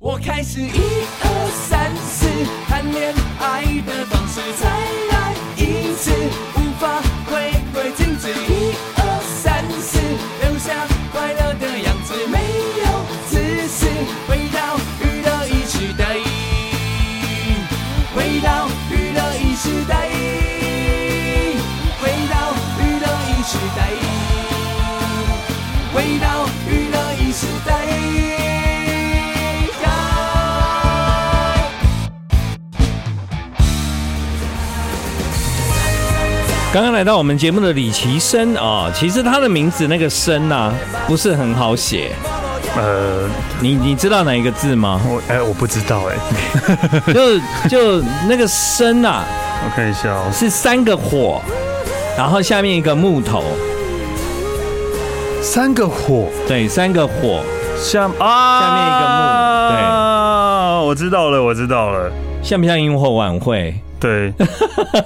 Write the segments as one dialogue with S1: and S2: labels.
S1: 我开始一二三四谈恋爱的方式，再来一次，无法回归静止。一二三四，留下快乐的样子，没有自私，回到娱乐一时代，回到娱乐一时代，回到娱乐一时代，回到娱乐一时代。
S2: 刚刚来到我们节目的李奇生啊、其实他的名字那个“生”呐、不是很好写。
S3: 呃，？
S2: 你你知道哪一个字吗
S3: 我哎、我不知道哎、
S2: 就就那个“生”啊，
S3: 我看一下哦、
S2: 是三个火，然后下面一个木头，
S3: 三个火
S2: 对，三个火。
S3: 下啊，
S2: 下面一个木对
S3: 对，我知道了，我知道了，
S2: 像不像萤火晚会？
S3: 对，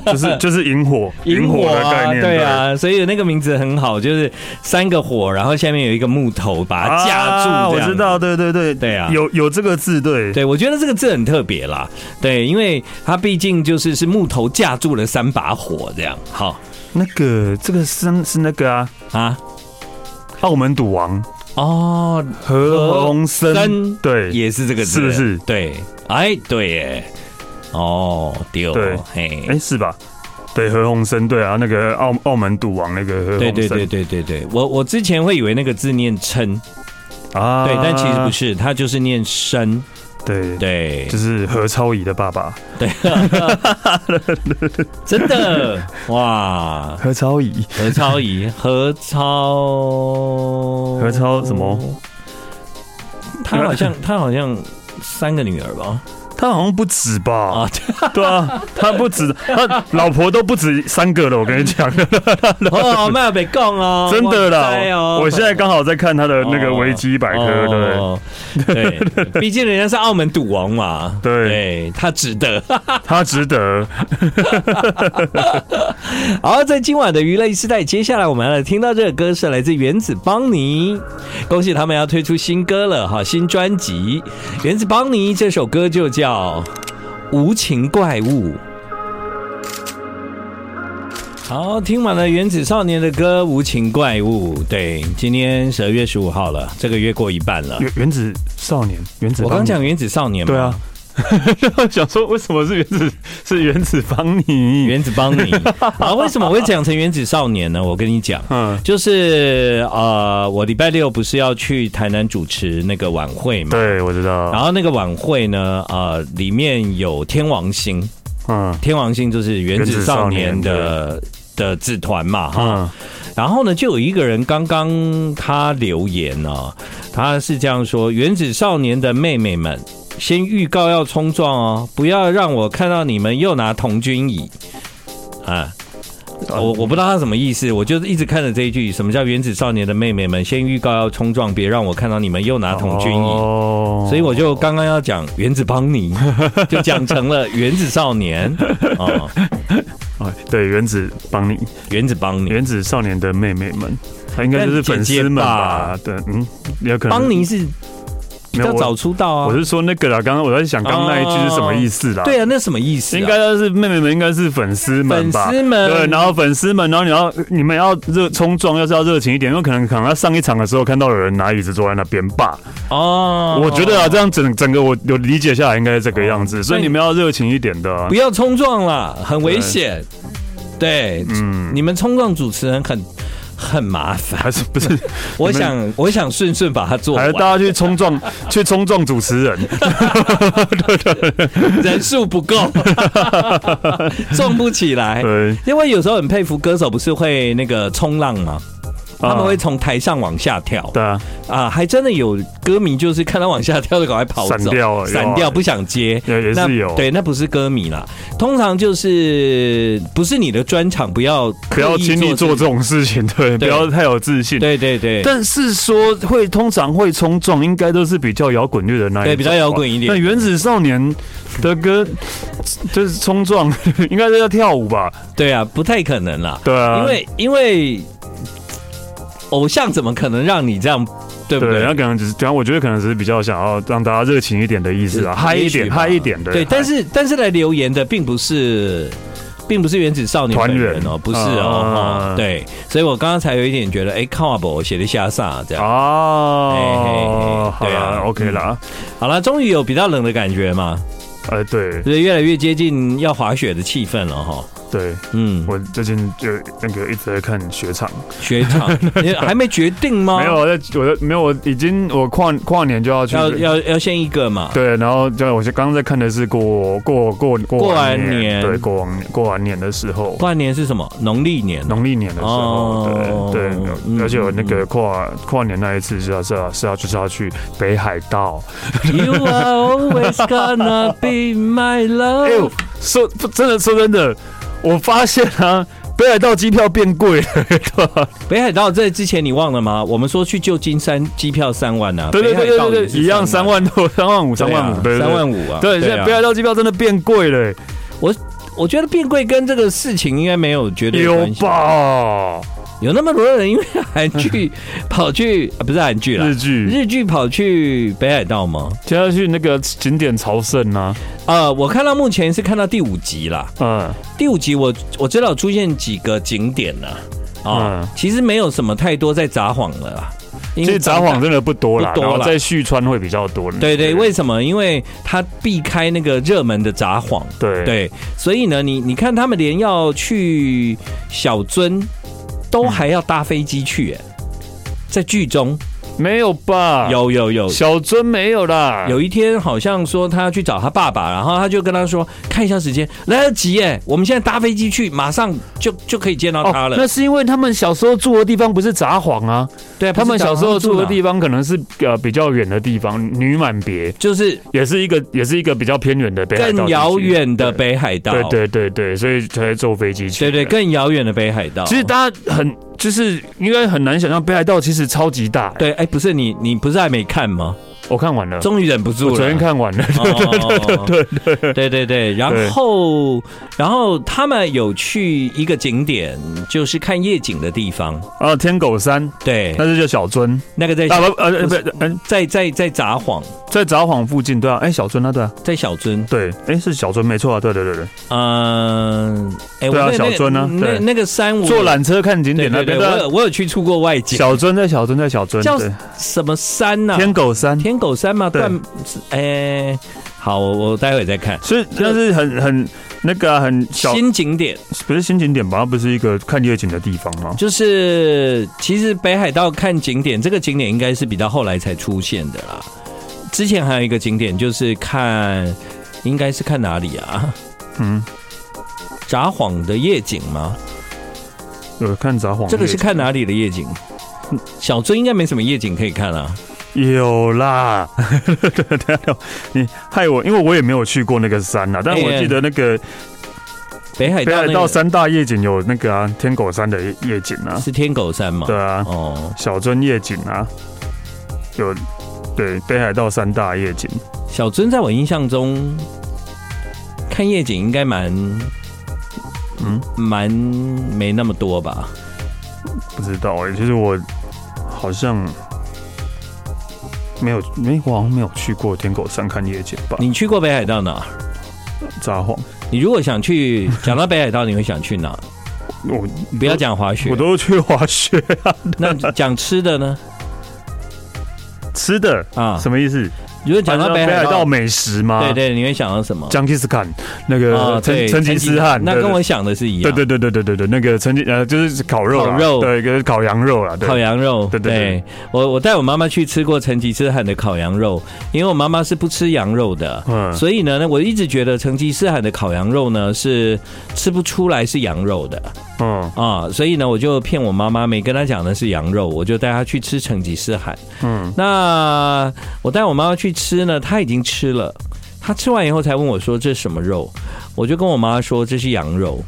S3: 就是就是引火，的
S2: 啊
S3: 概念，
S2: 对，啊，所以那个名字很好，就是三个火，然后下面有一个木头把它架住、
S3: 啊我知。道，对对对，
S2: 对啊
S3: 有有这个字，对，
S2: 对，我觉得这个字很特别啦，对，因为它毕竟就是是木头架住了三把火这样，好
S3: 那个这个是是那个啊，
S2: 啊，
S3: 澳门赌王
S2: 哦，
S3: 何鸿
S2: 生
S3: 燊，对，
S2: 也是这个字，
S3: 是不是
S2: 对，哎，对耶，哦，丢，
S3: 对
S2: 嘿，
S3: 哎、是吧？对，何鸿燊，对啊，那个澳澳门赌王那个何鸿
S2: 对
S3: 燊，
S2: 对对对对对，我我之前会以为那个字念琛，
S3: 啊，
S2: 对，但其实不，是，它就是念生，
S3: 对对，
S2: 对，
S3: 就是何超仪的爸爸
S2: 真的哇！
S3: 何超仪，
S2: 何超仪，何超，
S3: 何超什么？
S2: 他好 像他好像三个女儿吧？
S3: 他好像不止吧？
S2: 啊，
S3: 对啊，他不止，他老婆都不止三个了，我跟你 讲，
S2: 哦，麦尔北贡哦，
S3: 真的
S2: 我知道
S3: 啦。
S2: 哦
S3: 我现在刚好在看他的那个维基百科，对，
S2: 哦对 对，毕竟人家是澳门赌王嘛，
S3: 对
S2: 他值得。
S3: 他值得。
S2: 好，在今晚的娱乐时代，接下来我们要来听到这个歌是来自原子邦尼，恭喜他们要推出新歌了哈，新专辑。原子邦尼这首歌就叫《无情怪物》。好，听完了原子少年的歌《无情怪物》，对，今天十二月十五号了，这个月过一半了。
S3: 原原子少年，原子
S2: 我
S3: 邦尼，
S2: 刚讲原子少年嘛，
S3: 对啊， 想说为什么是原子是原子邦 尼？
S2: 原子邦尼啊，为什么我会讲成原子少年呢？我跟你讲，
S3: 嗯，
S2: 就是呃，我礼拜六不是要去台南主持那个晚会嘛？
S3: 对，我知道
S2: 然。后那个晚会呢，呃，里面有天王星，
S3: 嗯
S2: 天王星就是原子少年
S3: 原子少年
S2: 的的子团嘛，哈。
S3: 嗯，
S2: 然后呢，就有一个人刚刚他留言呢、他是这样说：原子少年的妹妹们，先预告要冲撞哦，不要让我看到你们又拿童军椅啊。
S3: 嗯
S2: 我我不知道他什么意思，我就是一直看着这一句，什么叫原子少年的妹妹们先预告要冲撞，别让我看到你们又拿童军椅。
S3: 哦
S2: 所以我就刚刚要讲原子邦尼， 就讲成了原子少年哦，
S3: 哎对原子邦尼，
S2: 原子邦尼，
S3: 原子少年的妹妹们，她应该就是粉丝们吧？对，嗯，也有可能。
S2: 邦尼是比
S3: 没有
S2: 较
S3: 我
S2: 早出道啊。
S3: 我是说那个啦，刚刚我在想刚刚那一句是什么意思啦？
S2: 对啊，那什么意思、啊？
S3: 应该是妹妹们，应该是粉丝们吧？
S2: 粉丝们
S3: 对，然后粉丝们，然后你要你们要热冲撞，要是要热情一点，因为可能可能他上一场的时候看到有人拿椅子坐在那边吧。
S2: 哦，
S3: 我觉得啊，这样整整个我有理解下来应该是这个样子，所以你们要热情一点的啊
S2: 不。要冲撞啦，很危险。对，
S3: 嗯
S2: 你们冲撞主持人很很麻烦。
S3: 还是不是？
S2: 我
S3: 你们
S2: 想，我想顺顺把它 做
S3: 还
S2: 完
S3: 是，大家去冲撞，去冲撞主持人。
S2: 人数不 够，撞不起来。
S3: 对，
S2: 因为有时候很佩服歌手，不是会那个冲浪吗？
S3: 啊
S2: 他们会从台上往下跳
S3: 对啊，
S2: 啊，还真的有歌迷就是看他往下跳就赶快跑走，
S3: 闪掉了
S2: 闪
S3: 有
S2: 掉
S3: 啊
S2: 不想接。
S3: 也也
S2: 那
S3: 是有，
S2: 对，那不是歌迷啦，通常就是不是你的专场，不要
S3: 不
S2: 不
S3: 要轻易做这种事情，对，不
S2: 对
S3: 要太有自信。
S2: 对对对，
S3: 但是说会通常会冲撞，应该都是比较摇滚乐的那一种吧
S2: 对比较摇滚一点
S3: 哎那原子少年的歌就是冲撞， 应该是要跳舞吧？
S2: 对啊，不太可能啦，
S3: 对啊，
S2: 因为因为偶像怎么可能让你这样对不
S3: 对，
S2: 对？
S3: 那可能只是，然后我觉得可能只是比较想要让大家热情一点的意思啊，
S2: 是
S3: 嗨一
S2: 也许
S3: 点，
S2: 吧
S3: 嗨一点的，
S2: 对，但
S3: 是
S2: 是但是来留言的并不是。并不是原子少年
S3: 团
S2: 本
S3: 员
S2: 人哦，不是哦，
S3: 啊
S2: 哦对，所以我刚刚才有一点觉得，哎、靠啊，我写的下煞
S3: 啊
S2: 这样。
S3: 哦，
S2: 嘿
S3: 好
S2: 嘿嘿对啊
S3: 啦 o k 啦，
S2: 好了，终于有比较冷的感觉嘛，
S3: 呃，对
S2: 所以越来越接近要滑雪的气氛了哈。
S3: 对，
S2: 嗯，
S3: 我最近就那个一直在看雪场，
S2: 雪 场你还没决定吗？
S3: 没有，我在我在没有，我已经我跨跨年就要去，
S2: 要要要先一个嘛。
S3: 对，然后就我刚刚在看的是过过过过
S2: 过完
S3: 完
S2: 年
S3: 对，过完过完年的时候，
S2: 跨年是什么？农历年哦。
S3: 农历年的时候，
S2: 哦
S3: 对
S2: 嗯
S3: 对，而且我那个跨跨年那一次是要是要是要就是要去北海道，
S2: You are always gonna be my
S3: 哎、呦
S2: love。，
S3: 说不真的说真的，我发现啊，北海道机票变贵了，对吧、
S2: 北海道这之前你忘了吗？我们说去旧金山机票三万啊，
S3: 对对对
S2: 北海
S3: 对
S2: 道
S3: 对
S2: 也
S3: 对，
S2: 是
S3: 一样三万多、 三万五、三万五，
S2: 对
S3: 对
S2: 啊
S3: 对
S2: 三
S3: 对。
S2: 万五啊。
S3: 对，现在
S2: 啊
S3: 北海道机票真的变贵了、
S2: 我觉得变贵跟这个事情应该没有绝对
S3: 有
S2: 关系。
S3: 吧？
S2: 有那么多人因为韩剧跑去，啊不是韩剧啦
S3: 日，剧，
S2: 日剧跑去北海道吗？
S3: 接下去那个景点朝圣啊，
S2: 呃，我看到目前是看到第五集啦。
S3: 嗯，
S2: 第五集我我知道有出现几个景点呢、啊，
S3: 嗯
S2: 其实没有什么太多在札幌了啦。因
S3: 其实札幌真的不多啦，
S2: 不多啦
S3: 然后在旭川会比较多。
S2: 对对，为什么？因为它避开那个热门的札幌，
S3: 对
S2: 对，所以呢，你你看他们连要去小樽，都还要搭飞机去、哎，在剧中
S3: 没有吧？
S2: 有有有
S3: 小樽没有啦，
S2: 有一天好像说他要去找他爸爸，然后他就跟他说看一下时间，来得及耶，我们现在搭飞机去，马上就就可以见到啊他了。
S3: 哦那是因为他们小时候住的地方不是札幌啊，
S2: 对啊，
S3: 他们小时候住的
S2: 方
S3: 地方可能是呃比较远的地
S2: 嗯
S3: 方，女满别
S2: 就是
S3: 也是一个也是一个比较偏远的北海道地区
S2: 更遥远的。北海道，
S3: 对对对对，所以才坐飞机去。
S2: 对对，更遥远的北海道。
S3: 其实大家很就是应该很难想象北海道其实超级大。，
S2: 对，哎，不是你，你不是还没看吗？
S3: 我看完了，
S2: 终于忍不住
S3: 我
S2: 了。
S3: 昨天看完了。
S2: 哦，对对对对对对。然后，然后他们有去一个景点，就是看夜景的地方。
S3: 啊，天狗山，
S2: 对哎
S3: 那，是叫小樽，
S2: 那个在
S3: 啊不呃不不，嗯，
S2: 在在在札幌，
S3: 在札幌附近，对啊，哎，小樽啊，对啊，
S2: 在小樽。
S3: 对，哎，是小樽，没错啊，对对对对，
S2: 嗯，哎，我
S3: 对啊
S2: 那
S3: 小樽啊
S2: 那
S3: 对
S2: 那那个山我
S3: 坐缆车看景
S2: 对
S3: 点那
S2: 对对，
S3: 边，
S2: 我
S3: 对啊
S2: 有我有去出过外景，
S3: 小樽在小樽在小樽，
S2: 叫
S3: 对
S2: 什么山呐？
S3: 天狗山，
S2: 天狗山嘛，
S3: 对
S2: 断是哎，好，我我待会再看。
S3: 所以那是很很那个啊、很小，
S2: 新景点
S3: 不是新景点吧？它不是一个看夜景的地方吗？
S2: 就是，其实北海道看景点，这个景点应该是比较后来才出现的啦。之前还有一个景点就是看，应该是看哪里啊？
S3: 嗯，
S2: 札幌的夜景吗？
S3: 有看札幌夜景，
S2: 这个是看哪里的夜景？小樽应该没什么夜景可以看啊。
S3: 有啦。 对对对，你害我，因为我也没有去过那个山啊，但
S2: 哎
S3: 我记得那个
S2: 北海道、
S3: 北
S2: 那
S3: 海
S2: 个、
S3: 道三大夜景有那个啊，天狗山的夜夜景啊，
S2: 是天狗山嘛？
S3: 对啊，
S2: 哦，
S3: 小樽夜景啊，有对北海道三大夜景，
S2: 小樽在我印象中看夜景应该蛮
S3: 嗯，
S2: 蛮没那么多吧？
S3: 不知道哎、其实我好像。没有，没，我好像没有去过天狗山看夜景吧？
S2: 你去过北海道哪？
S3: 札幌，
S2: 你如果想去，讲到北海道，你会想去 哪？
S3: 我
S2: 不要讲滑雪
S3: 我，都去滑雪啊，
S2: 那讲吃的呢？
S3: 吃的
S2: 啊，
S3: 什么意思？
S2: 如果讲到北海道，
S3: 美食吗？
S2: 对对，你会想到什么？
S3: 江吉斯坎那
S2: 啊
S3: 个
S2: 对
S3: 成成吉思汗，
S2: 那
S3: 对
S2: 跟我。想的是一
S3: 对
S2: 样。
S3: 对对对对对对，那个成吉呃就是烤肉啦，
S2: 烤肉
S3: 对，跟烤羊肉啦，
S2: 烤
S3: 对，
S2: 羊肉，
S3: 对对对
S2: 我我带我妈妈去吃过成吉思汗的烤羊肉，因为我妈妈是不吃羊肉的，
S3: 嗯
S2: 所以呢，我一直觉得成吉思汗的烤羊肉呢是吃不出来是羊肉的
S3: 嗯
S2: 啊，所以呢，我就骗我妈妈，没跟她讲的是羊肉，我就带她去吃成吉思汗。
S3: 嗯，
S2: 那我带我妈妈去吃呢，她已经吃了，她吃完以后才问我说这是什么肉，我就跟我妈说这是羊肉，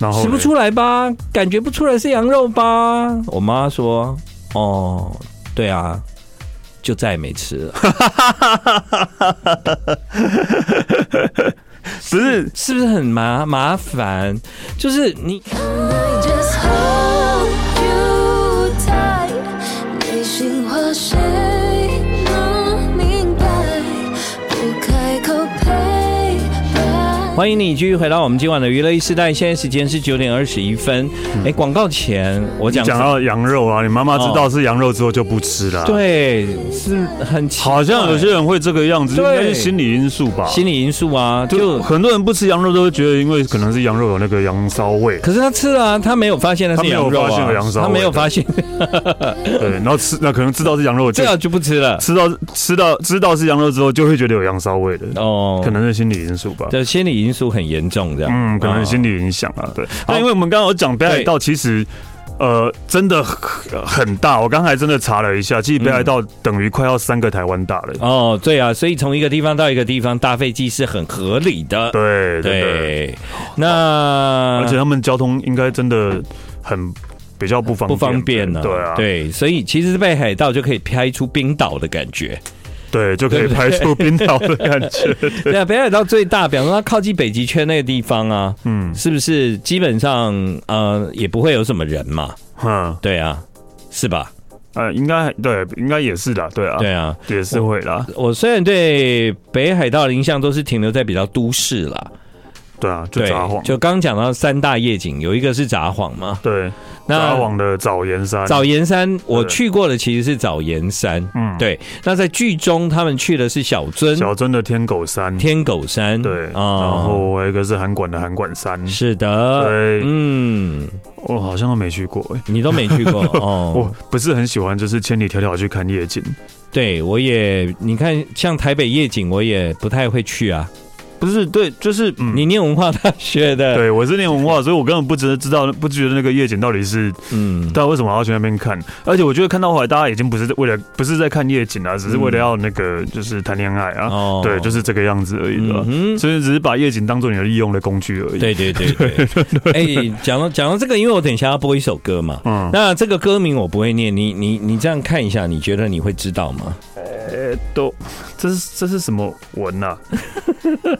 S3: 然后
S2: 吃不出来吧，感觉不出来是羊肉吧。我妈说，哦，对啊，就再也没吃了，
S3: 不是
S2: 是不是很麻麻烦？就是你
S4: I just hold you tight，内心话谁能明白？不开口陪伴。
S2: 欢迎你继续回到我们今晚的娱乐一时代，现在时间是九点二十一分。哎，广告前我讲
S3: 嗯讲到羊肉啊，你妈妈知
S2: 哦
S3: 道是羊肉之后就不吃了、，
S2: 对，是很奇
S3: 好像有些人会这个样子，应
S2: 对
S3: 该是心理因素吧。
S2: 心理因素啊，
S3: 就
S2: 就
S3: 很多人不吃羊肉都会觉得，因为可能是羊肉有那个羊骚 味，
S2: 可是他吃了、啊，他没有发现那是羊肉
S3: 他没有发现有羊
S2: 啊，
S3: 骚味
S2: 他没有发现，
S3: 对，然后吃那可能知道是羊肉，就
S2: 这样就不吃了。
S3: 吃到吃到知道是羊肉之后，就会觉得有羊骚味的，
S2: 哦，
S3: 可能是心理因素吧。
S2: 的心理因素很严重，这样。
S3: 嗯，可能
S2: 哦
S3: 心理影响啊，对。
S2: 好
S3: 那因为我们刚刚有讲北海
S2: 对
S3: 道，其实呃真的很很大，我刚才真的查了一下，其实北海道等于快要三个台湾大了。
S2: 嗯哦，对啊，所以从一个地方到一个地方搭飞机是很合理的。
S3: 对对对，
S2: 那
S3: 而且他们交通应该真的很比较不方
S2: 不方便呢、
S3: 对啊，
S2: 对，所以其实北海道就可以拍出冰岛的感觉。
S3: 对，就可以拍出冰岛的感觉。
S2: 对啊，北海道最大，比方说它靠近北极圈那个地方啊，
S3: 嗯
S2: 是不是基本上呃也不会有什么人嘛？
S3: 嗯，
S2: 对啊，是吧？
S3: 呃，应该对，应该也是的，对啊，
S2: 对啊，
S3: 也是会啦，
S2: 我虽然对北海道的印象都是停留在比较都市啦，
S3: 对啊，就
S2: 对
S3: 札幌，，
S2: 就刚讲到三大夜景，有一个是札幌嘛，
S3: 对，札幌的早岩山，
S2: 早岩山，我
S3: 对
S2: 去过的其实是早岩山。
S3: 嗯，
S2: 对，那在剧中他们去的是小樽、
S3: 小樽的天狗山，
S2: 天狗山。
S3: 对，然
S2: 哦
S3: 后还有一个是韩馆的韩馆山，
S2: 是的，
S3: 对，
S2: 嗯，
S3: 我好像都没去过、欸，
S2: 你都没 去过哦
S3: 我。不是很喜欢，就是千里迢迢去看夜景，
S2: 对，我也，你看，像台北夜景，我也不太会去啊。
S3: 不是对，就是嗯。
S2: 你念文化大学的，
S3: 对，我是念文化，所以我根本不知知道，不觉得那个夜景到底是，
S2: 嗯
S3: 大家为什么要去那边看？而且我觉得看到后来，大家已经不是为了，不是在看夜景啊，只是为了要那个，就是谈恋爱啊，
S2: 嗯哦
S3: 对，就是这个样子而已的、
S2: 嗯哼
S3: 所以只是把夜景当做你的利用的工具而已。，
S2: 对对对 对。哎，讲到讲到这个，因为我等一下要播一首歌嘛。
S3: 嗯，
S2: 那这个歌名我不会念，你你你这样看一下，你觉得你会知道吗？
S3: 呃，都，这是这是什么文啊？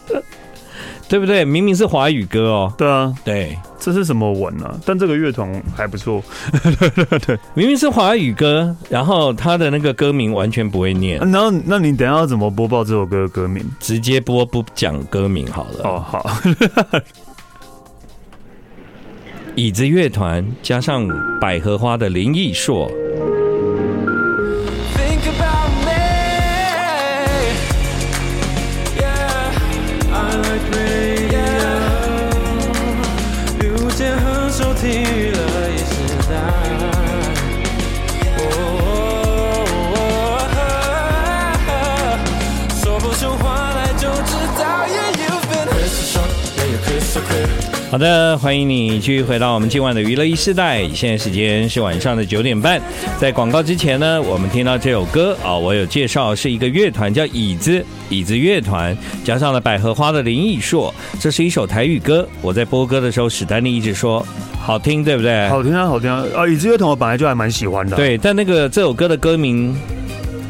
S2: 对不对？明明是华语歌哦，
S3: 对啊，
S2: 对，
S3: 这是什么文啊？但这个乐团还不错，
S2: 明明是华语歌，然后他的那个歌名完全不会念，
S3: 然后，那你等一下要怎么播报这首歌的歌名？
S2: 直接播不讲歌名好了。
S3: 哦，好，
S2: 椅子乐团加上百合花的林毅硕，
S1: Think about me. Yeah, I like radio. 遇见和收听娱乐一时代。哦，说不出话来就知道 yeah, you've been crystal short, yeah, you're crystal clear.
S2: 好的，欢迎你继续回到我们今晚的娱乐一世代，现在时间是晚上的九点半。在广告之前呢，我们听到这首歌啊、我有介绍是一个乐团叫椅子，椅子乐团加上了百合花的林毅硕，这是一首台语歌。我在播歌的时候，史丹利一直说好听，对不对？
S3: 好听啊，好听啊！啊，椅子乐团我本来就还蛮喜欢的，，
S2: 对，但那个这首歌的歌名，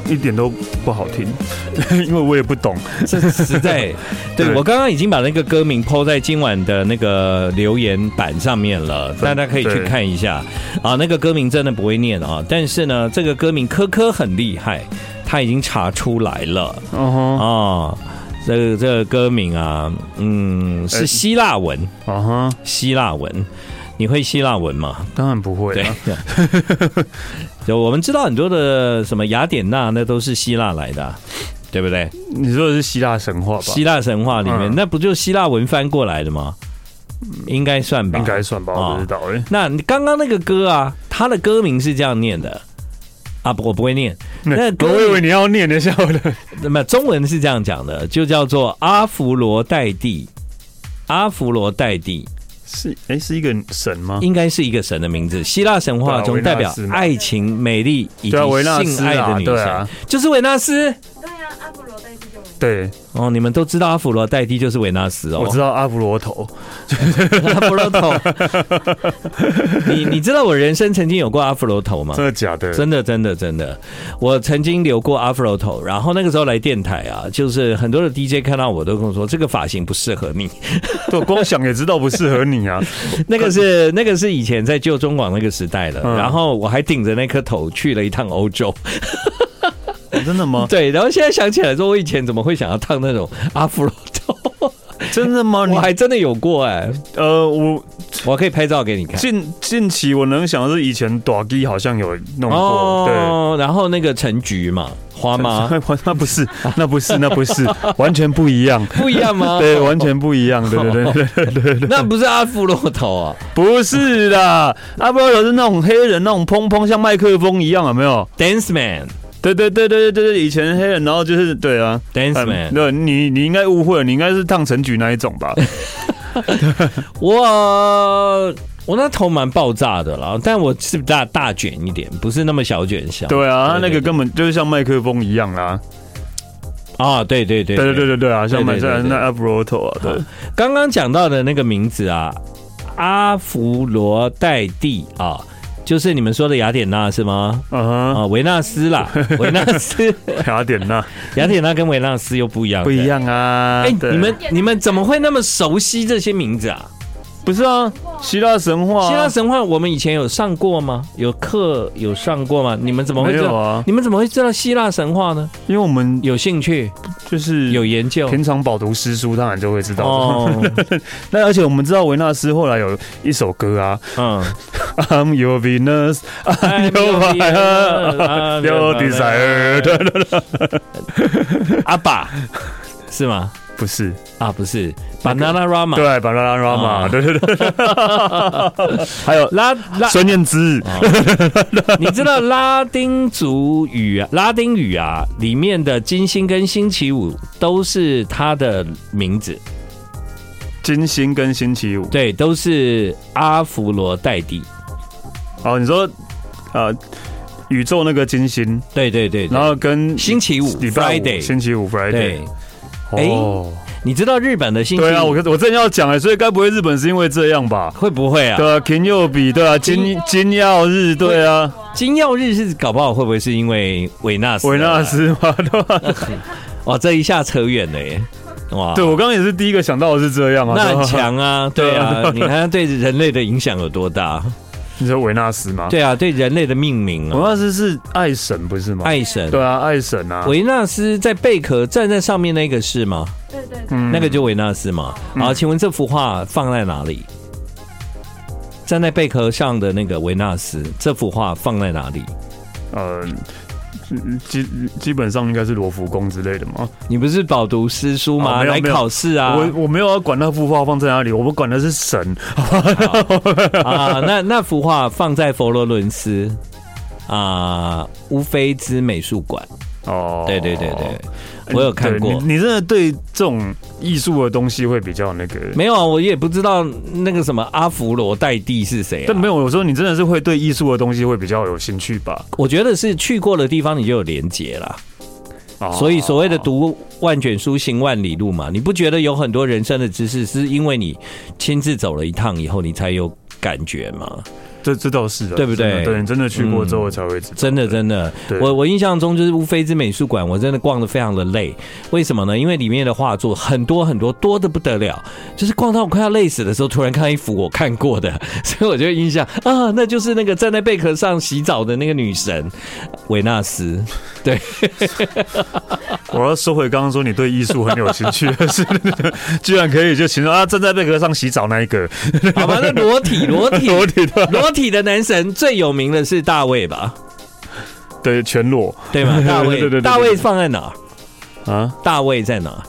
S3: 一点都不好听， 因为我也不懂。
S2: 这 实在，对
S3: 对
S2: 我刚刚已经把那个歌名抛在今晚的那个留言板上面了，大家可以去
S3: 对
S2: 看一下啊。那个歌名真的不会念啊，但是呢，这个歌名科科很厉害，他已经查出来了
S3: 嗯哼，
S2: 啊。这个这个歌名啊，嗯，是
S3: 哎
S2: 希腊文，
S3: 啊哈，
S2: 希腊文。你会希腊文吗？
S3: 当然不会
S2: 对
S3: 啊。，
S2: 就我们知道很多的什么雅典娜，那都是希腊来的啊、对不对？
S3: 你说的是希腊神话吧？
S2: 希腊神话里面，
S3: 嗯
S2: 那不就希腊文翻过来的吗？应该算吧。
S3: 应该算吧，
S2: 啊
S3: 我不知道哎。
S2: 那你刚刚那个歌啊，它的歌名是这样念的啊，不，我不会念。那歌
S3: 我以为你要念一下我的，
S2: 那么中文是这样讲的，就叫做阿弗罗代蒂。阿弗罗代蒂
S3: 是 哎，是一个神吗？
S2: 应该是一个神的名字，
S3: 啊
S2: 希腊神话中
S3: 对啊
S2: 代
S3: 维纳
S2: 表
S3: 斯嘛
S2: 爱情、美丽以及
S3: 对啊维纳斯啊
S2: 性爱的女
S3: 对
S2: 神
S3: 啊，
S2: 就是维纳斯。
S4: 对啊，阿波罗代替就没。
S3: 对，
S2: 哦，你们都知道阿弗罗代蒂就是维纳斯哦。
S3: 我知道阿芙罗头，
S2: 阿弗罗头，你你知道我人生曾经有过阿弗罗头吗
S3: 真？的假的？
S2: 真的真的真的，我曾经留过阿弗罗头，然后那个时候来电台啊，就是很多的 DJ 看到我都跟我说这个发型不适合你，
S3: 对，光想也知道不适合 你啊。
S2: 那个是那个是以前在旧中广那个时代了，
S3: 嗯
S2: 然后我还顶着那颗头去了一趟欧洲，
S3: 真的吗？
S2: 对，然后现在想起来说，我以前怎么会想要烫那种阿芙罗头？
S3: 真的吗？ 你
S2: 我还真的有过哎、
S3: 呃，我
S2: 我可以拍照给你看。
S3: 近近期我能想的是以前短机好像有弄过，
S2: 哦，然后那个陈菊嘛，花
S3: 对，
S2: 妈
S3: 那不是，那不是，那不是，完全不一样。
S2: 不一样吗？
S3: 对，完全不一样，对对对对对 对对，
S2: 那不是阿芙罗头啊，
S3: 不是啦，阿波罗是那种黑人，那种砰砰像麦克风一样，有没有？
S2: ，Dance Man，Dance
S3: 对对对对对对对，以前黑人，然后就是对啊，嗯
S2: Man，
S3: 对，你你应该误会了，你应该是烫成菊那一种 吧？
S2: 我我那头蛮爆炸的啦，但我是大大卷一点，不是那么小卷小。
S3: 对啊，他那
S2: 对
S3: 个根本就是像麦克风一样啦。
S2: 啊，对对对
S3: 对对对对对啊，像麦
S2: 对对对
S3: 那 a b r o t o 啊，对，
S2: 刚刚讲到的那个名字啊，阿芙罗代蒂啊，就是你们说的雅典娜是吗？
S3: 嗯
S2: 啊，维纳斯 啦，维纳斯，
S3: 哼，雅典娜
S2: 雅典娜跟维纳斯又不一样，
S3: 啊不一。样啊。
S2: 哎、
S3: 对
S2: 你们你们怎么会那么熟悉这些名字啊？
S3: 不是啊？希腊神话啊，
S2: 希腊神话我们以前有上过吗？有课有上过吗？你们怎么会
S3: 没
S2: 知
S3: 有
S2: 道？
S3: 啊？
S2: 你们怎么会知道希腊神话呢？
S3: 因为我们
S2: 有兴趣，
S3: 就是
S2: 有研究
S3: 平常饱读诗书，当然就会知道。
S2: 哦，
S3: 那而且我们知道维纳斯后来有一首歌啊
S2: 嗯，
S3: ，I'm your Venus, I'm your fire, your desire。
S2: 阿爸是吗？
S3: 不是，
S2: 啊，不是 Banana
S3: 对
S2: Rama，
S3: ，Banana
S2: 啊
S3: Rama，对对对， 还有
S2: 拉拉，
S3: 孙燕姿，
S2: 你知道拉丁族语啊，拉丁语啊里面的金星跟星期五都是它的名字，
S3: 金星跟星期五。
S2: 对，都是阿芙罗代蒂，
S3: 哦，你说啊，宇宙那个金星，
S2: 对对对对
S3: 然后跟
S2: 星期五
S3: 礼拜
S2: Friday
S3: 五星期五 Friday
S2: 对。。哎
S3: 哦，
S2: 你知道日本的星期
S3: 对啊，我我正要讲哎，所以该不会日本是因为这样吧？
S2: 会不会啊？
S3: 对啊，King 佑比对啊，金金曜日对啊，
S2: 金曜日是搞不好会不会是因为维纳斯？啊
S3: 维纳，斯嘛， 对吧？
S2: 哇，这一下扯远了耶！哇，
S3: 对，我刚刚也是第一个想到的是这样啊，
S2: 那很
S3: 对吧。
S2: 强啊，对啊，你看它对人类的影响有多大？
S3: 你说维纳斯吗？，
S2: 对啊，对人类的命名
S3: 维
S2: 啊，
S3: 纳斯是爱神不是吗？
S2: 爱神。
S3: 对啊，爱神啊，
S2: 维纳斯在贝壳站在上面那个是吗？
S4: 对对对，
S3: 嗯
S2: 那个就维纳斯嘛。好，请问这幅画放在哪里？站在贝壳上的那个维纳斯，这幅画放在哪里？
S3: 呃。基基本上应该是罗浮宫之类的嘛，
S2: 你不是饱读诗书吗？
S3: 哦没有
S2: 来
S3: 没有
S2: 考试啊！
S3: 我我没有要管那幅画放在哪里，我们管的是神，
S2: 啊，那那幅画放在佛罗伦斯啊乌菲兹美术馆。
S3: 哦，
S2: 对对对对，我有看过
S3: 对你你真的对这种艺术的东西会比较那个，
S2: 没有啊，我也不知道那个什么阿芙罗代蒂是谁、啊。
S3: 但没有，我说你真的是会对艺术的东西会比较有兴趣吧？
S2: 我觉得是去过的地方你就有连结啦。
S3: 哦
S2: 所以所谓的读万卷书行万里路嘛，你不觉得有很多人生的知识是因为你亲自走了一趟以后你才有感觉吗？
S3: 这这倒是的，啊
S2: 对不嗯对
S3: 真的对，你真的去过之后才会知道。
S2: 真的真的，
S3: 对
S2: 我我印象中就是乌菲兹美术馆，我真的逛得非常的累。为什么呢？因为里面的画作很多很多，多的不得了。就是逛到我快要累死的时候，突然看到一幅我看过的， 所以我就印象啊，那就是那个站在贝壳上洗澡的那个女神维纳斯。
S3: 我要收回刚刚说你对艺术很有兴趣，是 居然可以就形容啊，站在贝壳上洗澡那一个，
S2: 好吧，那裸体裸体
S3: 裸体的，
S2: 裸体的男神最有名的是大卫吧？
S3: 对，全裸
S2: 对吗？大
S3: 对对对
S2: 卫，
S3: 对
S2: 大卫放在哪儿？
S3: 啊，
S2: 大卫在哪儿？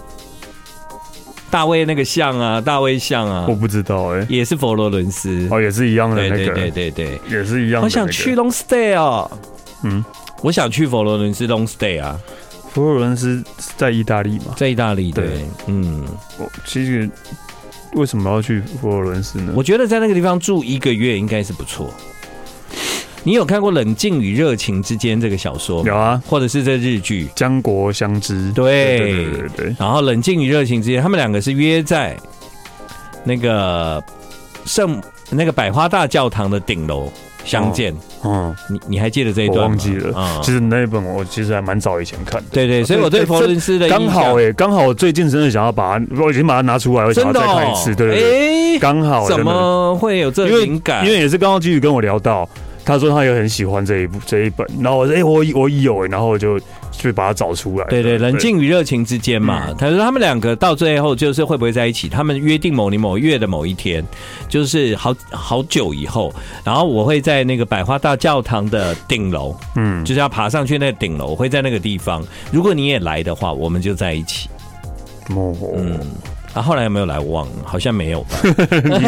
S2: 大卫那个像啊，大卫像啊
S3: 我，不知道哎、
S2: 也是佛罗伦斯。
S3: 哦，也是一样的
S2: 对
S3: 那
S2: 对
S3: 个，
S2: 对对对，
S3: 也是一样的、
S2: 我想去。long stay 哦。
S3: 嗯，
S2: 我想去佛罗伦斯 long stay 啊，
S3: 佛罗伦斯在意大利嘛？
S2: 在意大利。对，
S3: 对
S2: 嗯，
S3: 我哦其实为什么要去佛罗伦斯呢？
S2: 我觉得在那个地方住一个月应该是不错。你有看过《冷静与热情之间》这个小说吗
S3: 有啊，
S2: 或者是这日剧？
S3: 江国相知。
S2: 对
S3: 对对对对，
S2: 然后冷静与热情之间，他们两个是约在那个圣那个百花大教堂的顶楼相见。
S3: 嗯，
S2: 你你还记得这一
S3: 我
S2: 段吗？
S3: 忘记了。
S2: 啊、
S3: 其实那一本我其实还蛮早以前看的。
S2: 对对，所以我对佛罗伦斯的
S3: 刚
S2: 印
S3: 好
S2: 象
S3: 哎、刚好我最近真的想要把它，我已经把它拿出来，我
S2: 真
S3: 想
S2: 的
S3: 要再看
S2: 哦
S3: 一次。对对对，
S2: 哎
S3: 刚、好、
S2: 怎
S3: 真的
S2: 么会有这
S3: 因为
S2: 灵感？
S3: 因为也是刚刚金宇跟我聊到，他说他也很喜欢这一部这一本，然后我说哎、我我有哎、然后我就去把它找出来。
S2: 对对，冷静与热情之间嘛。
S3: 嗯
S2: 他说他们两个到最后就是会不会在一起？他们约定某年某月的某一天，就是好好久以后，然后我会在那个百花大教堂的顶楼，嗯，就是要爬上去那个顶楼，我会在那个地方。如果你也来的话，我们就在一起。
S3: 哦，
S2: 啊，后来有没有来？我忘了，好像没有 吧？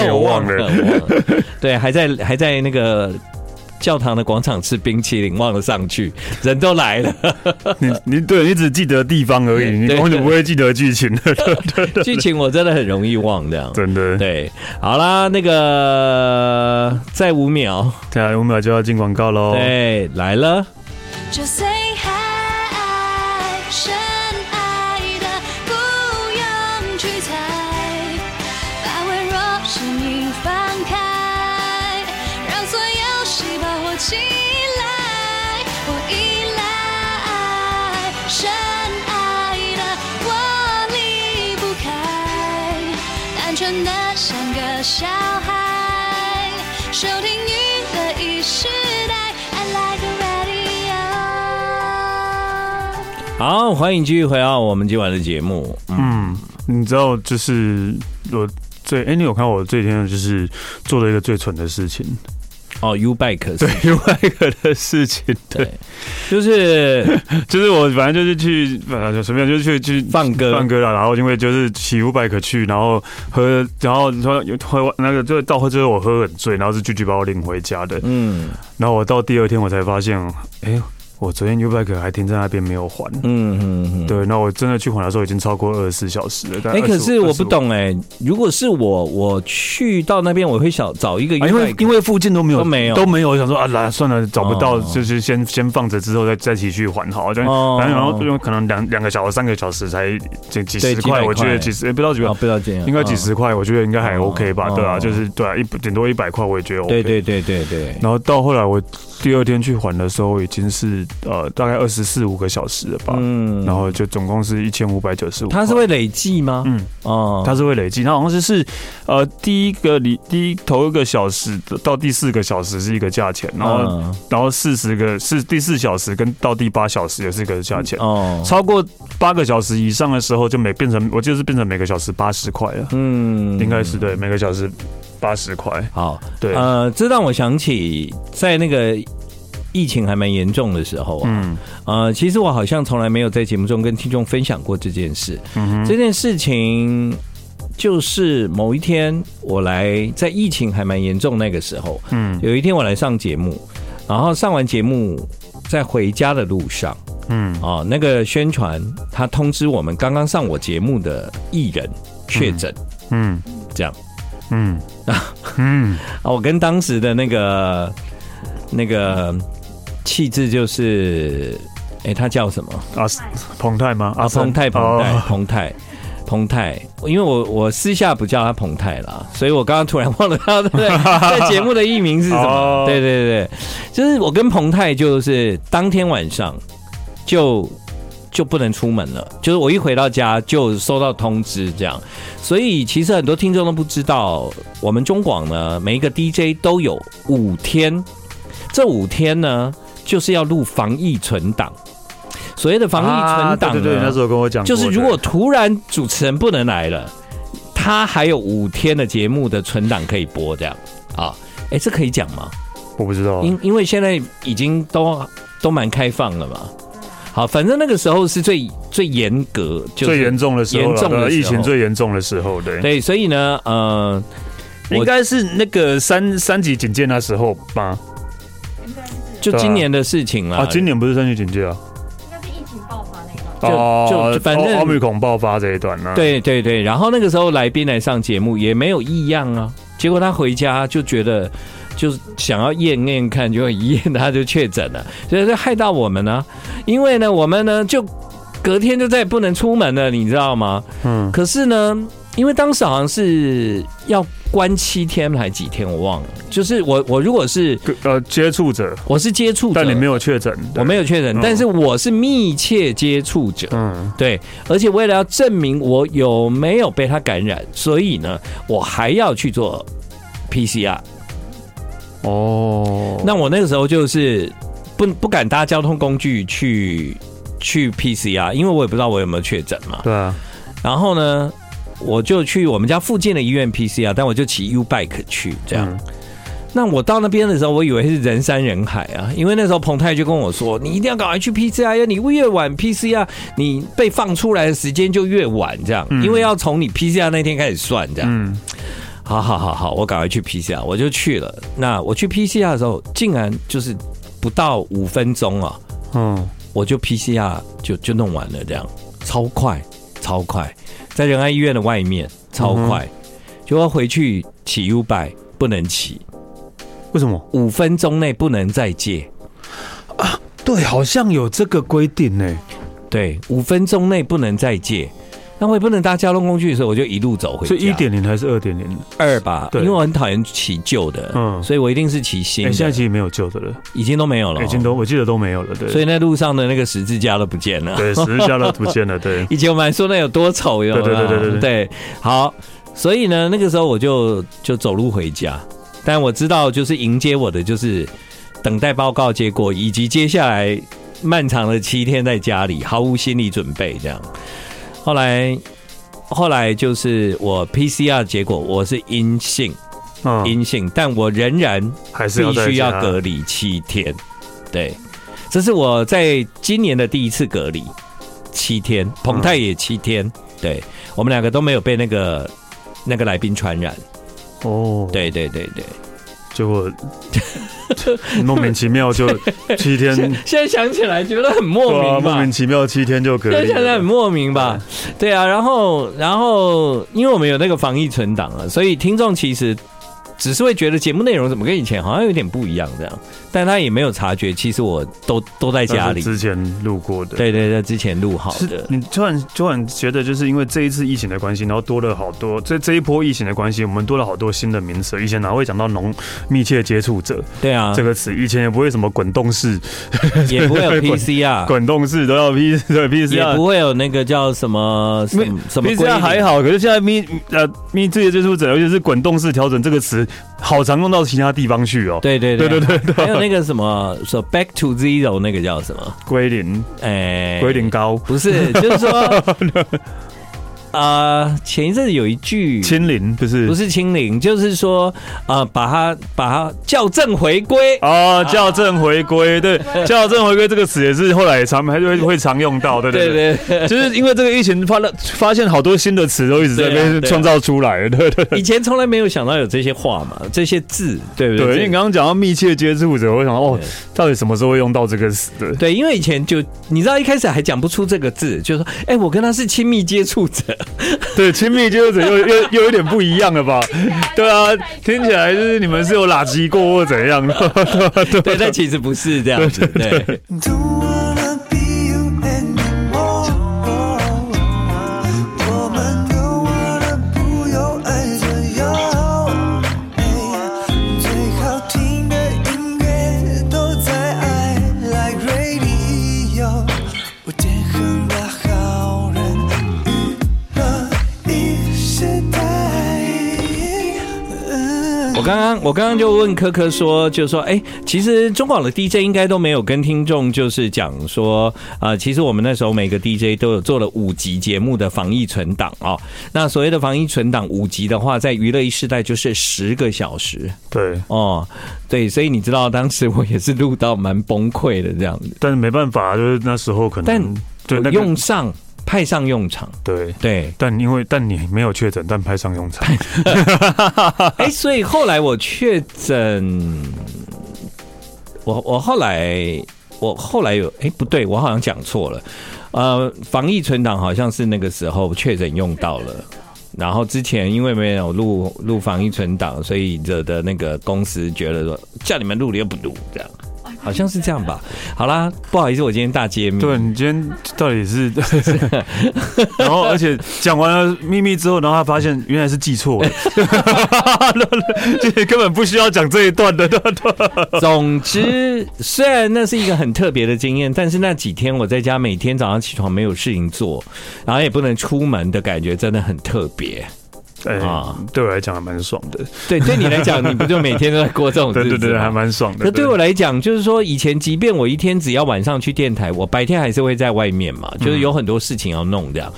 S3: 也
S2: 我
S3: 忘了
S2: 了，我忘了。对，还在还在那个教堂的广场吃冰淇淋，忘了上去，人都来 了。
S3: 你你对你只记得地方而已，你
S2: 对
S3: 完全不会记得剧情的，
S2: 剧情我真的很容易忘这样。
S3: 真的。
S2: 对，好啦，那个再五秒，
S3: 对啊，五秒就要进广告喽。
S2: 对，来了，
S4: 就 say hi，深爱的不用去猜，把微弱声音放开，让所有细胞活起来。我依赖深爱的，我离不开，单纯的像个小孩，收听娱乐一时代，I like radio。
S2: 好，欢迎继续回到我们今晚的节目。嗯，
S3: 嗯，你知道，就是我最哎、你有看我最近就是做了一个最蠢的事情，
S2: 哦，U Bike 是
S3: 另外一个的事情， 对，
S2: 对，就是
S3: 就是我反正就是去，反正就随便就是去去
S2: 放歌
S3: 放，歌了，然后因为就是骑五百可去，然后喝，然后说喝完那个就到喝之后我喝很醉，然后是句句把我领回家的，
S2: 嗯
S3: 然后我到第二天我才发现，哎、我昨天 U bike 还停在那边没有还。
S2: 嗯嗯嗯。
S3: 对，那我真的去还的时候已经超过二十四小时了。但
S2: 哎、可是
S3: 25
S2: 我不，懂哎、如果是我，我去到那边，我会想找一个 U
S3: 25啊因为
S2: Bike，、
S3: 因为附近都没有
S2: 都没有
S3: 都没有，我想说啊，来算了，找不到，
S2: 哦
S3: 就是先先放着，之后再再继续还好。就
S2: 哦
S3: 然后然后可能两两个小时、三个小时才几几
S2: 对
S3: 十
S2: 几百
S3: 块，我觉
S2: 块
S3: 得几十不到几
S2: 哦
S3: 百，
S2: 不知道这样，
S3: 啊应该几、十块，我觉得应该还 OK 吧，
S2: 哦
S3: 对啊，
S2: 哦
S3: 就是对啊，一顶多一百块，我也觉得 OK。
S2: 对对对对对。
S3: 然后到后来我第二天去还的时候，已经是呃大概二十四五个小时了吧，
S2: 嗯
S3: 然后就总共是一千五百九十五。
S2: 它是会累计吗？
S3: 嗯，
S2: 哦，
S3: 它是会累积，它好像是是呃第一个里第一头一个小时到第四个小时是一个价钱，然后、
S2: 嗯
S3: 然后四十个是第四小时跟到第八小时也是一个价钱。
S2: 哦，
S3: 超过八个小时以上的时候，就每变成我记得是变成每个小时八十块了，
S2: 嗯
S3: 应该是对，每个小时八十块。
S2: 好。
S3: 对，
S2: 呃，这让我想起在那个疫情还蛮严重的时候啊，
S3: 嗯
S2: 呃，其实我好像从来没有在节目中跟听众分享过这件事。
S3: 嗯哼，
S2: 这件事情就是某一天我来在疫情还蛮严重那个时候，
S3: 嗯
S2: 有一天我来上节目，然后上完节目在回家的路上
S3: 嗯
S2: 啊、那个宣传他通知我们刚刚上我节目的艺人确诊，
S3: 嗯
S2: 这样。
S3: 嗯嗯，
S2: 啊，我跟当时的那个那个气质就是，哎、他叫什么？
S3: 啊，彭泰吗？
S2: 啊，
S3: 森
S2: 彭泰，彭泰，
S3: 哦
S2: 彭泰，彭泰。因为我我私下不叫他彭泰啦，所以我刚刚突然忘了他的 在节目的艺名是什么
S3: 哦。
S2: 对对对，就是我跟彭泰就是当天晚上就。就不能出门了，就是我一回到家就收到通知这样，所以其实很多听众都不知道，我们中广呢每一个 DJ 都有五天，这五天呢就是要录防疫存档。所谓的防疫
S3: 啊
S2: 存档、呢
S3: 对对对，那时候跟我讲过
S2: 就
S3: 的，
S2: 是如果突然主持人不能来了，他还有五天的节目的存档可以播，这样啊？哎、这可以讲吗？
S3: 我不知道，
S2: 因因为现在已经都都蛮开放了嘛。好，反正那个时候是最最严格，就是、
S3: 最严重的时候
S2: 严重的时候
S3: 了，疫情最严重的时候，对，
S2: 对，所以呢，呃，
S3: 应该是那个三三级警戒那时候吧？
S2: 就
S3: 对啊
S2: 今年的事情啦，
S3: 啊，今年不是三级警戒啊？哦
S4: 应该是疫情爆发那一段。
S2: 就就反正
S3: 奥密孔爆发这一段啊呢，，
S2: 对对对，然后那个时候来宾来上节目也没有异样啊，结果他回家就觉得就是想要验验看，结果一验他就确诊了，所以就害到我们呢、因为呢，我们呢就隔天就再也不能出门了，你知道吗？
S3: 嗯
S2: 可是呢，因为当时好像是要关七天还几天，我忘了，就是我我如果是
S3: 呃，接触者，
S2: 我是接触者，
S3: 但你没有确诊，
S2: 我没
S3: 有，
S2: 有确诊，
S3: 嗯
S2: 但是我是密切接触者。
S3: 嗯
S2: 对，而且为了要证明我有没有被他感染，所以呢，我还要去做 PCR。
S3: 哦，
S2: 那我那个时候就是不不敢搭交通工具去去 PCR，因为我也不知道我有没有确诊嘛。
S3: 对啊，
S2: 然后呢，我就去我们家附近的医院 PCR，但我就骑 U bike 去这样。
S3: 嗯
S2: 那我到那边的时候，我以为是人山人海啊，因为那时候彭泰就跟我说，你一定要赶快去 PCR，你越晚 PCR，你被放出来的时间就越晚，这样，因为要从你 PCR 那天开始算，这样。
S3: 嗯，
S2: 好好好好，我赶快去 PCR，我就去了。那我去 PCR 的时候，竟然就是不到五分钟啊，
S3: 嗯，
S2: 我就 PCR 就就弄完了，这样超快超快，在仁爱医院的外面超快，结果回去骑 U bike 不能骑，
S3: 为什么？
S2: 五分钟内不能再借，
S3: 对，好像有这个规定
S2: 欸
S3: 呢。
S2: 对，五分钟内不能再借。那我也不能搭交通工具的时候，我就一路走回家。
S3: 所以一点零还是二点零？
S2: 二吧，因
S3: 对
S2: 为我很讨厌骑旧的，
S3: 嗯
S2: 所以我一定是骑新
S3: 哎，
S2: 的。
S3: 现在其实没有旧的了，欸
S2: 已经都没有了哦，
S3: 已经哎都我记得都没有了。对，
S2: 所以那路上的那个十字架都不见了。，
S3: 对，十字架都不见了。对
S2: 以前我们还说那有多丑，有没有
S3: 对对对对对
S2: 对好，所以呢，那个时候我就就走路回家，但我知道就是迎接我的就是等待报告结果，以及接下来漫长的七天在家里毫无心理准备这样。后来后来就是我 PCR 结果我是阴性，
S3: 嗯，
S2: 阴性，但我仍然
S3: 还是
S2: 必
S3: 在
S2: 须要
S3: 家
S2: 隔离七天。对，这是我在今年的第一次隔离，七
S3: 嗯
S2: 天，彭泰也七天。对我们两个都没有被那个那个来宾传染。
S3: 哦。
S2: 对对对 对，
S3: 结果 莫名其 妙就七天，
S2: 现在想起来觉得很莫
S3: 对啊，
S2: 名吧。
S3: 莫名其妙七天就隔
S2: 现在
S3: 离
S2: 想起来很
S3: 了。
S2: 莫名吧？对啊，然后然后因为我们有那个防疫存档啊，所以听众其实只是会觉得节目内容怎么跟以前好像有点不一样这样，但他也没有察觉，其实我都都在家
S3: 那
S2: 里
S3: 呃是。之前路过的，
S2: 对对对，之前录好
S3: 是
S2: 的，
S3: 你突然突然觉得，就是因为这一次疫情的关系，然后多了好多这这一波疫情的关系，我们多了好多新的名词。以前哪会讲到浓密切接触者
S2: 对啊，
S3: 这个词？以前也不会什么滚动式，
S2: 也不会有
S3: 滚
S2: PCR，
S3: 滚动式都要 P 对 P C
S2: 啊也
S3: R
S2: 不会有那个叫什么什么什么
S3: P
S2: 规
S3: C R
S2: 定，
S3: 啊还好，可是现在密呃密切接触者，尤其是滚动式调整这个词，好常用到其他地方去哦。
S2: 对对
S3: 对对
S2: 对，
S3: 对对，
S2: 还有那个什么说 Back to Zero 那个叫什么？
S3: 归零
S2: 哎，
S3: 归零高。
S2: 不 是，就是说，啊，前一阵子有一句。
S3: 清零不是
S2: 不是清零，就是说，啊，把它把它校正回归。
S3: 哦，校正回归， 对，校正回归这个词也是后来也常还是会会常用到，对
S2: 对
S3: 对对，
S2: 对， 对
S3: 就是因为这个疫情发了发现好多新的词都一直在
S2: 对啊
S3: 被
S2: 对啊
S3: 创造出来， 对对对。
S2: 以前从来没有想到有这些话嘛，这些字，对不
S3: 对，因为
S2: 对？
S3: 你刚刚讲到密切接触者，我想哦
S2: 对，
S3: 到底什么时候会用到这 个词？对，
S2: 对，因为以前就你知道一开始还讲不出这个字，就说，哎、我跟他是亲密接触者，
S3: 对，亲密接触者又又又有点不一样了吧？对啊，听起来就是你们是有垃圾过或怎样的？
S2: 对，但其实不是这样子，对，
S5: Don't wanna be you anymore。我们都忘了不要爱着药。最好听的音乐都在爱来 radio。我点哼了好人娱乐一时代。
S2: 我刚刚我刚刚就问科科说，就说，哎、其实中广的 DJ 应该都没有跟听众就是讲说，啊、其实我们那时候每个 DJ 都有做了五集节目的防疫存档哦。那所谓的防疫存档五集的话，在娱乐一世代就是十个小时
S3: 对，
S2: 哦，对，所以你知道当时我也是录到蛮崩溃的这样子，
S3: 但是没办法，就是那时候可能，
S2: 但
S3: 对那
S2: 我
S3: 个
S2: 用上派上用场，
S3: 对，
S2: 对。
S3: 但因为但你没有确诊，但派上用场。
S2: 哎、所以后来我确诊，我我后来我后来有哎、不对，我好像讲错了，呃，防疫存档好像是那个时候确诊用到了。然后之前因为没有录录防疫存档，所以惹的那个公司觉得说叫你们录你又不录，这样好像是这样吧。好啦，不好意思，我今天大揭秘。
S3: 对你今天到底 是，然后而且讲完了秘密之后，然后他发现原来是记错了， 就是根本不需要讲这一段的，对 对
S2: 总之，虽然那是一个很特别的经验，但是那几天我在家每天早上起床没有事情做，然后也不能出门的感觉真的很特别。
S3: 哎、
S2: 啊
S3: 对我来讲还蛮爽的，
S2: 对，对你来讲，你不就每天都在过这种日子
S3: 对
S2: 吗？
S3: 对对，还蛮爽的。
S2: 可对我来讲，就是说，以前即便我一天只要晚上去电台，我白天还是会在外面嘛，就是有很多事情要弄这样。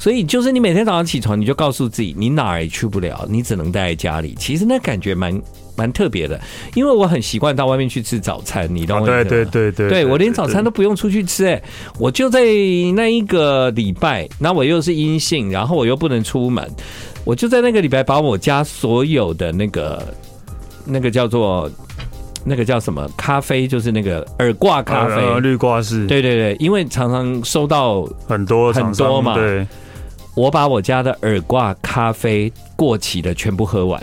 S2: 所以，就是你每天早上起床，你就告诉自己，你哪儿也去不了，你只能待在家里。其实那感觉蛮蛮特别的，因为我很习惯到外面去吃早餐，你懂
S3: 啊
S2: 我意思吗？
S3: 对对对对，
S2: 对我连早餐都不用出去吃、哎，我就在那一个礼拜，那我又是阴性，然后我又不能出门，我就在那个礼拜把我家所有的那个那个叫做那个叫什么咖啡，就是那个耳挂咖啡。
S3: 呃绿挂是，
S2: 对对对，因为常常收到
S3: 很多
S2: 很
S3: 厂商
S2: 多嘛
S3: 对，
S2: 我把我家的耳挂咖啡过期的全部喝完，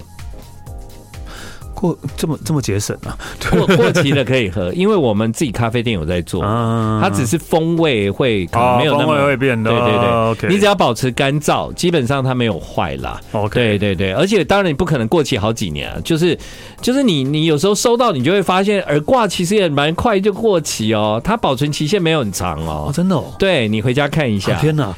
S3: 过这么这么节省啊
S2: 过过期的可以喝，因为我们自己咖啡店有在做，
S3: 啊，
S2: 它只是风味会可能
S3: 哦
S2: 没有那
S3: 风
S2: 么
S3: 味会变的，哦
S2: 对对对，
S3: ，OK，
S2: 你只要保持干燥，基本上它没有坏啦。
S3: OK，
S2: 对对对，而且当然你不可能过期好几年啊，就是就是你你有时候收到你就会发现耳挂其实也蛮快就过期哦，它保存期限没有很长
S3: 哦，
S2: 哦。
S3: 真的哦，
S2: 对你回家看一
S3: 啊
S2: 下，
S3: 天哪，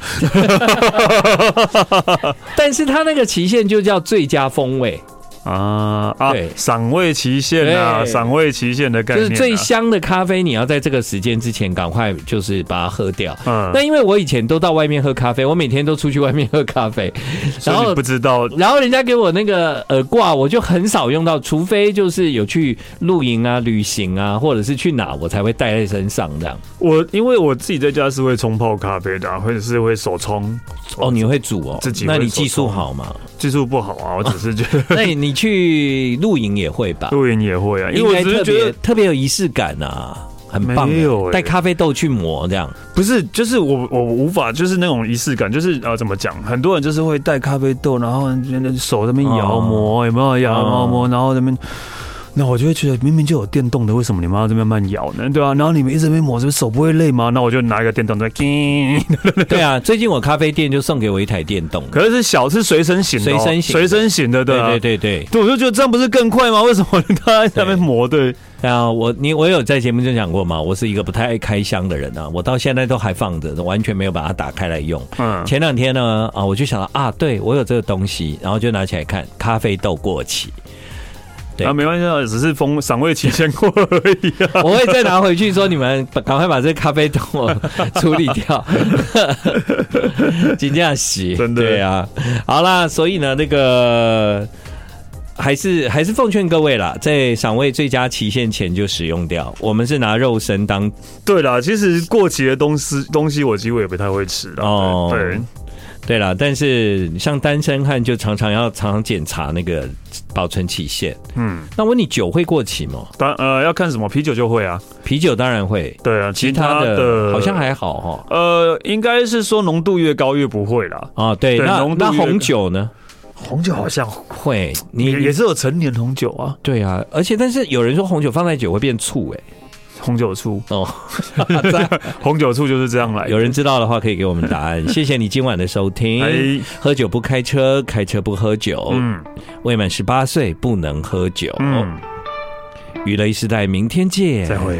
S2: 但是它那个期限就叫最佳风味，
S3: 啊啊
S2: 对，
S3: 赏味期限啊，
S2: 对
S3: 赏味期限的概
S2: 就是
S3: 念啊，
S2: 最香的咖啡，你要在这个时间之前赶快就是把它喝掉。
S3: 嗯，
S2: 那因为我以前都到外面喝咖啡，我每天都出去外面喝咖啡，
S3: 所
S2: 然
S3: 以
S2: 后
S3: 你不知道
S2: 然后人家给我那个耳挂，我就很少用到，除非就是有去露营啊、旅行啊，或者是去哪，我才会带在身上这样。
S3: 我，因为我自己在家是会冲泡咖啡的啊、或者是会手冲，
S2: 哦，你会煮哦，
S3: 自己
S2: 那
S3: 会
S2: 你
S3: 手
S2: 技术
S3: 冲
S2: 好 吗？
S3: 技术不好啊，我只是觉得
S2: 那你你去露营也会吧？
S3: 露营也会啊，因
S2: 应
S3: 为
S2: 该
S3: 我只
S2: 特
S3: 是觉
S2: 别
S3: 得
S2: 特别有仪式感啊，很棒
S3: 没有
S2: 啊。
S3: 欸
S2: 带咖啡豆去磨 这样，
S3: 不是，就是我我无法就是那种仪式感，就是啊怎么讲，很多人就是会带咖啡豆，然后手在那边摇磨，有没有摇
S2: 哦
S3: 摇磨，然后在那边。那我就会觉得明明就有电动的，为什么你们要这边慢慢摇呢？对啊，然后你们一直在那边磨，是不是手不会累吗？那我就拿一个电动在，
S2: 对啊。最近我咖啡店就送给我一台电动的，
S3: 可是是小是随身型的
S2: 随
S3: 哦、
S2: 身型的
S3: 随身型的， 对
S2: 对
S3: 啊
S2: 对对对。
S3: 对，我就觉得这样不是更快吗？为什么他在那边磨？对，
S2: 啊，我你我有在节目中讲过嘛，我是一个不太爱开箱的人啊，我到现在都还放着，完全没有把它打开来用。
S3: 嗯，
S2: 前两天呢，啊，我就想到啊，对我有这个东西，然后就拿起来看，咖啡豆过 期，对
S3: 啊，没关系啊，只是封赏味期限过了而已啊。
S2: 我会再拿回去说你们把赶快把这个咖啡豆 处理 掉，这样洗，
S3: 真的
S2: 对啊，好啦，所以呢，那个。还是还是奉劝各位啦，在赏味最佳期限前就使用掉。我们是拿肉身当
S3: 对啦，其实过期的东西东西我几乎也不太会吃啦
S2: 哦
S3: 对，
S2: 对啦，但是像单身汉就常常要常常检查那个保存期限。
S3: 嗯，
S2: 那我问你，酒会过期吗？
S3: 当呃要看什么啤酒就会啊。
S2: 啤酒当然会，
S3: 对啊，
S2: 其他的好像还好哈。
S3: 呃，应该是说浓度越高越不会啦。
S2: 哦，对，
S3: 对
S2: 那
S3: 浓度
S2: 那
S3: 越
S2: 红
S3: 高
S2: 酒呢？
S3: 红酒好像
S2: 会，你
S3: 也也是有成年红酒啊，
S2: 对啊，而且但是有人说红酒放太久会变醋哎、
S3: 红酒醋，
S2: 哦，
S3: 红酒醋就是这样来的。
S2: 有人知道的话可以给我们答 案。谢谢你今晚的收听。
S3: 哎，
S2: 喝酒不开车，开车不喝酒。
S3: 嗯
S2: 未满十八岁不能喝酒。
S3: 嗯，
S2: 娱乐一时代，明天见。
S3: 再会。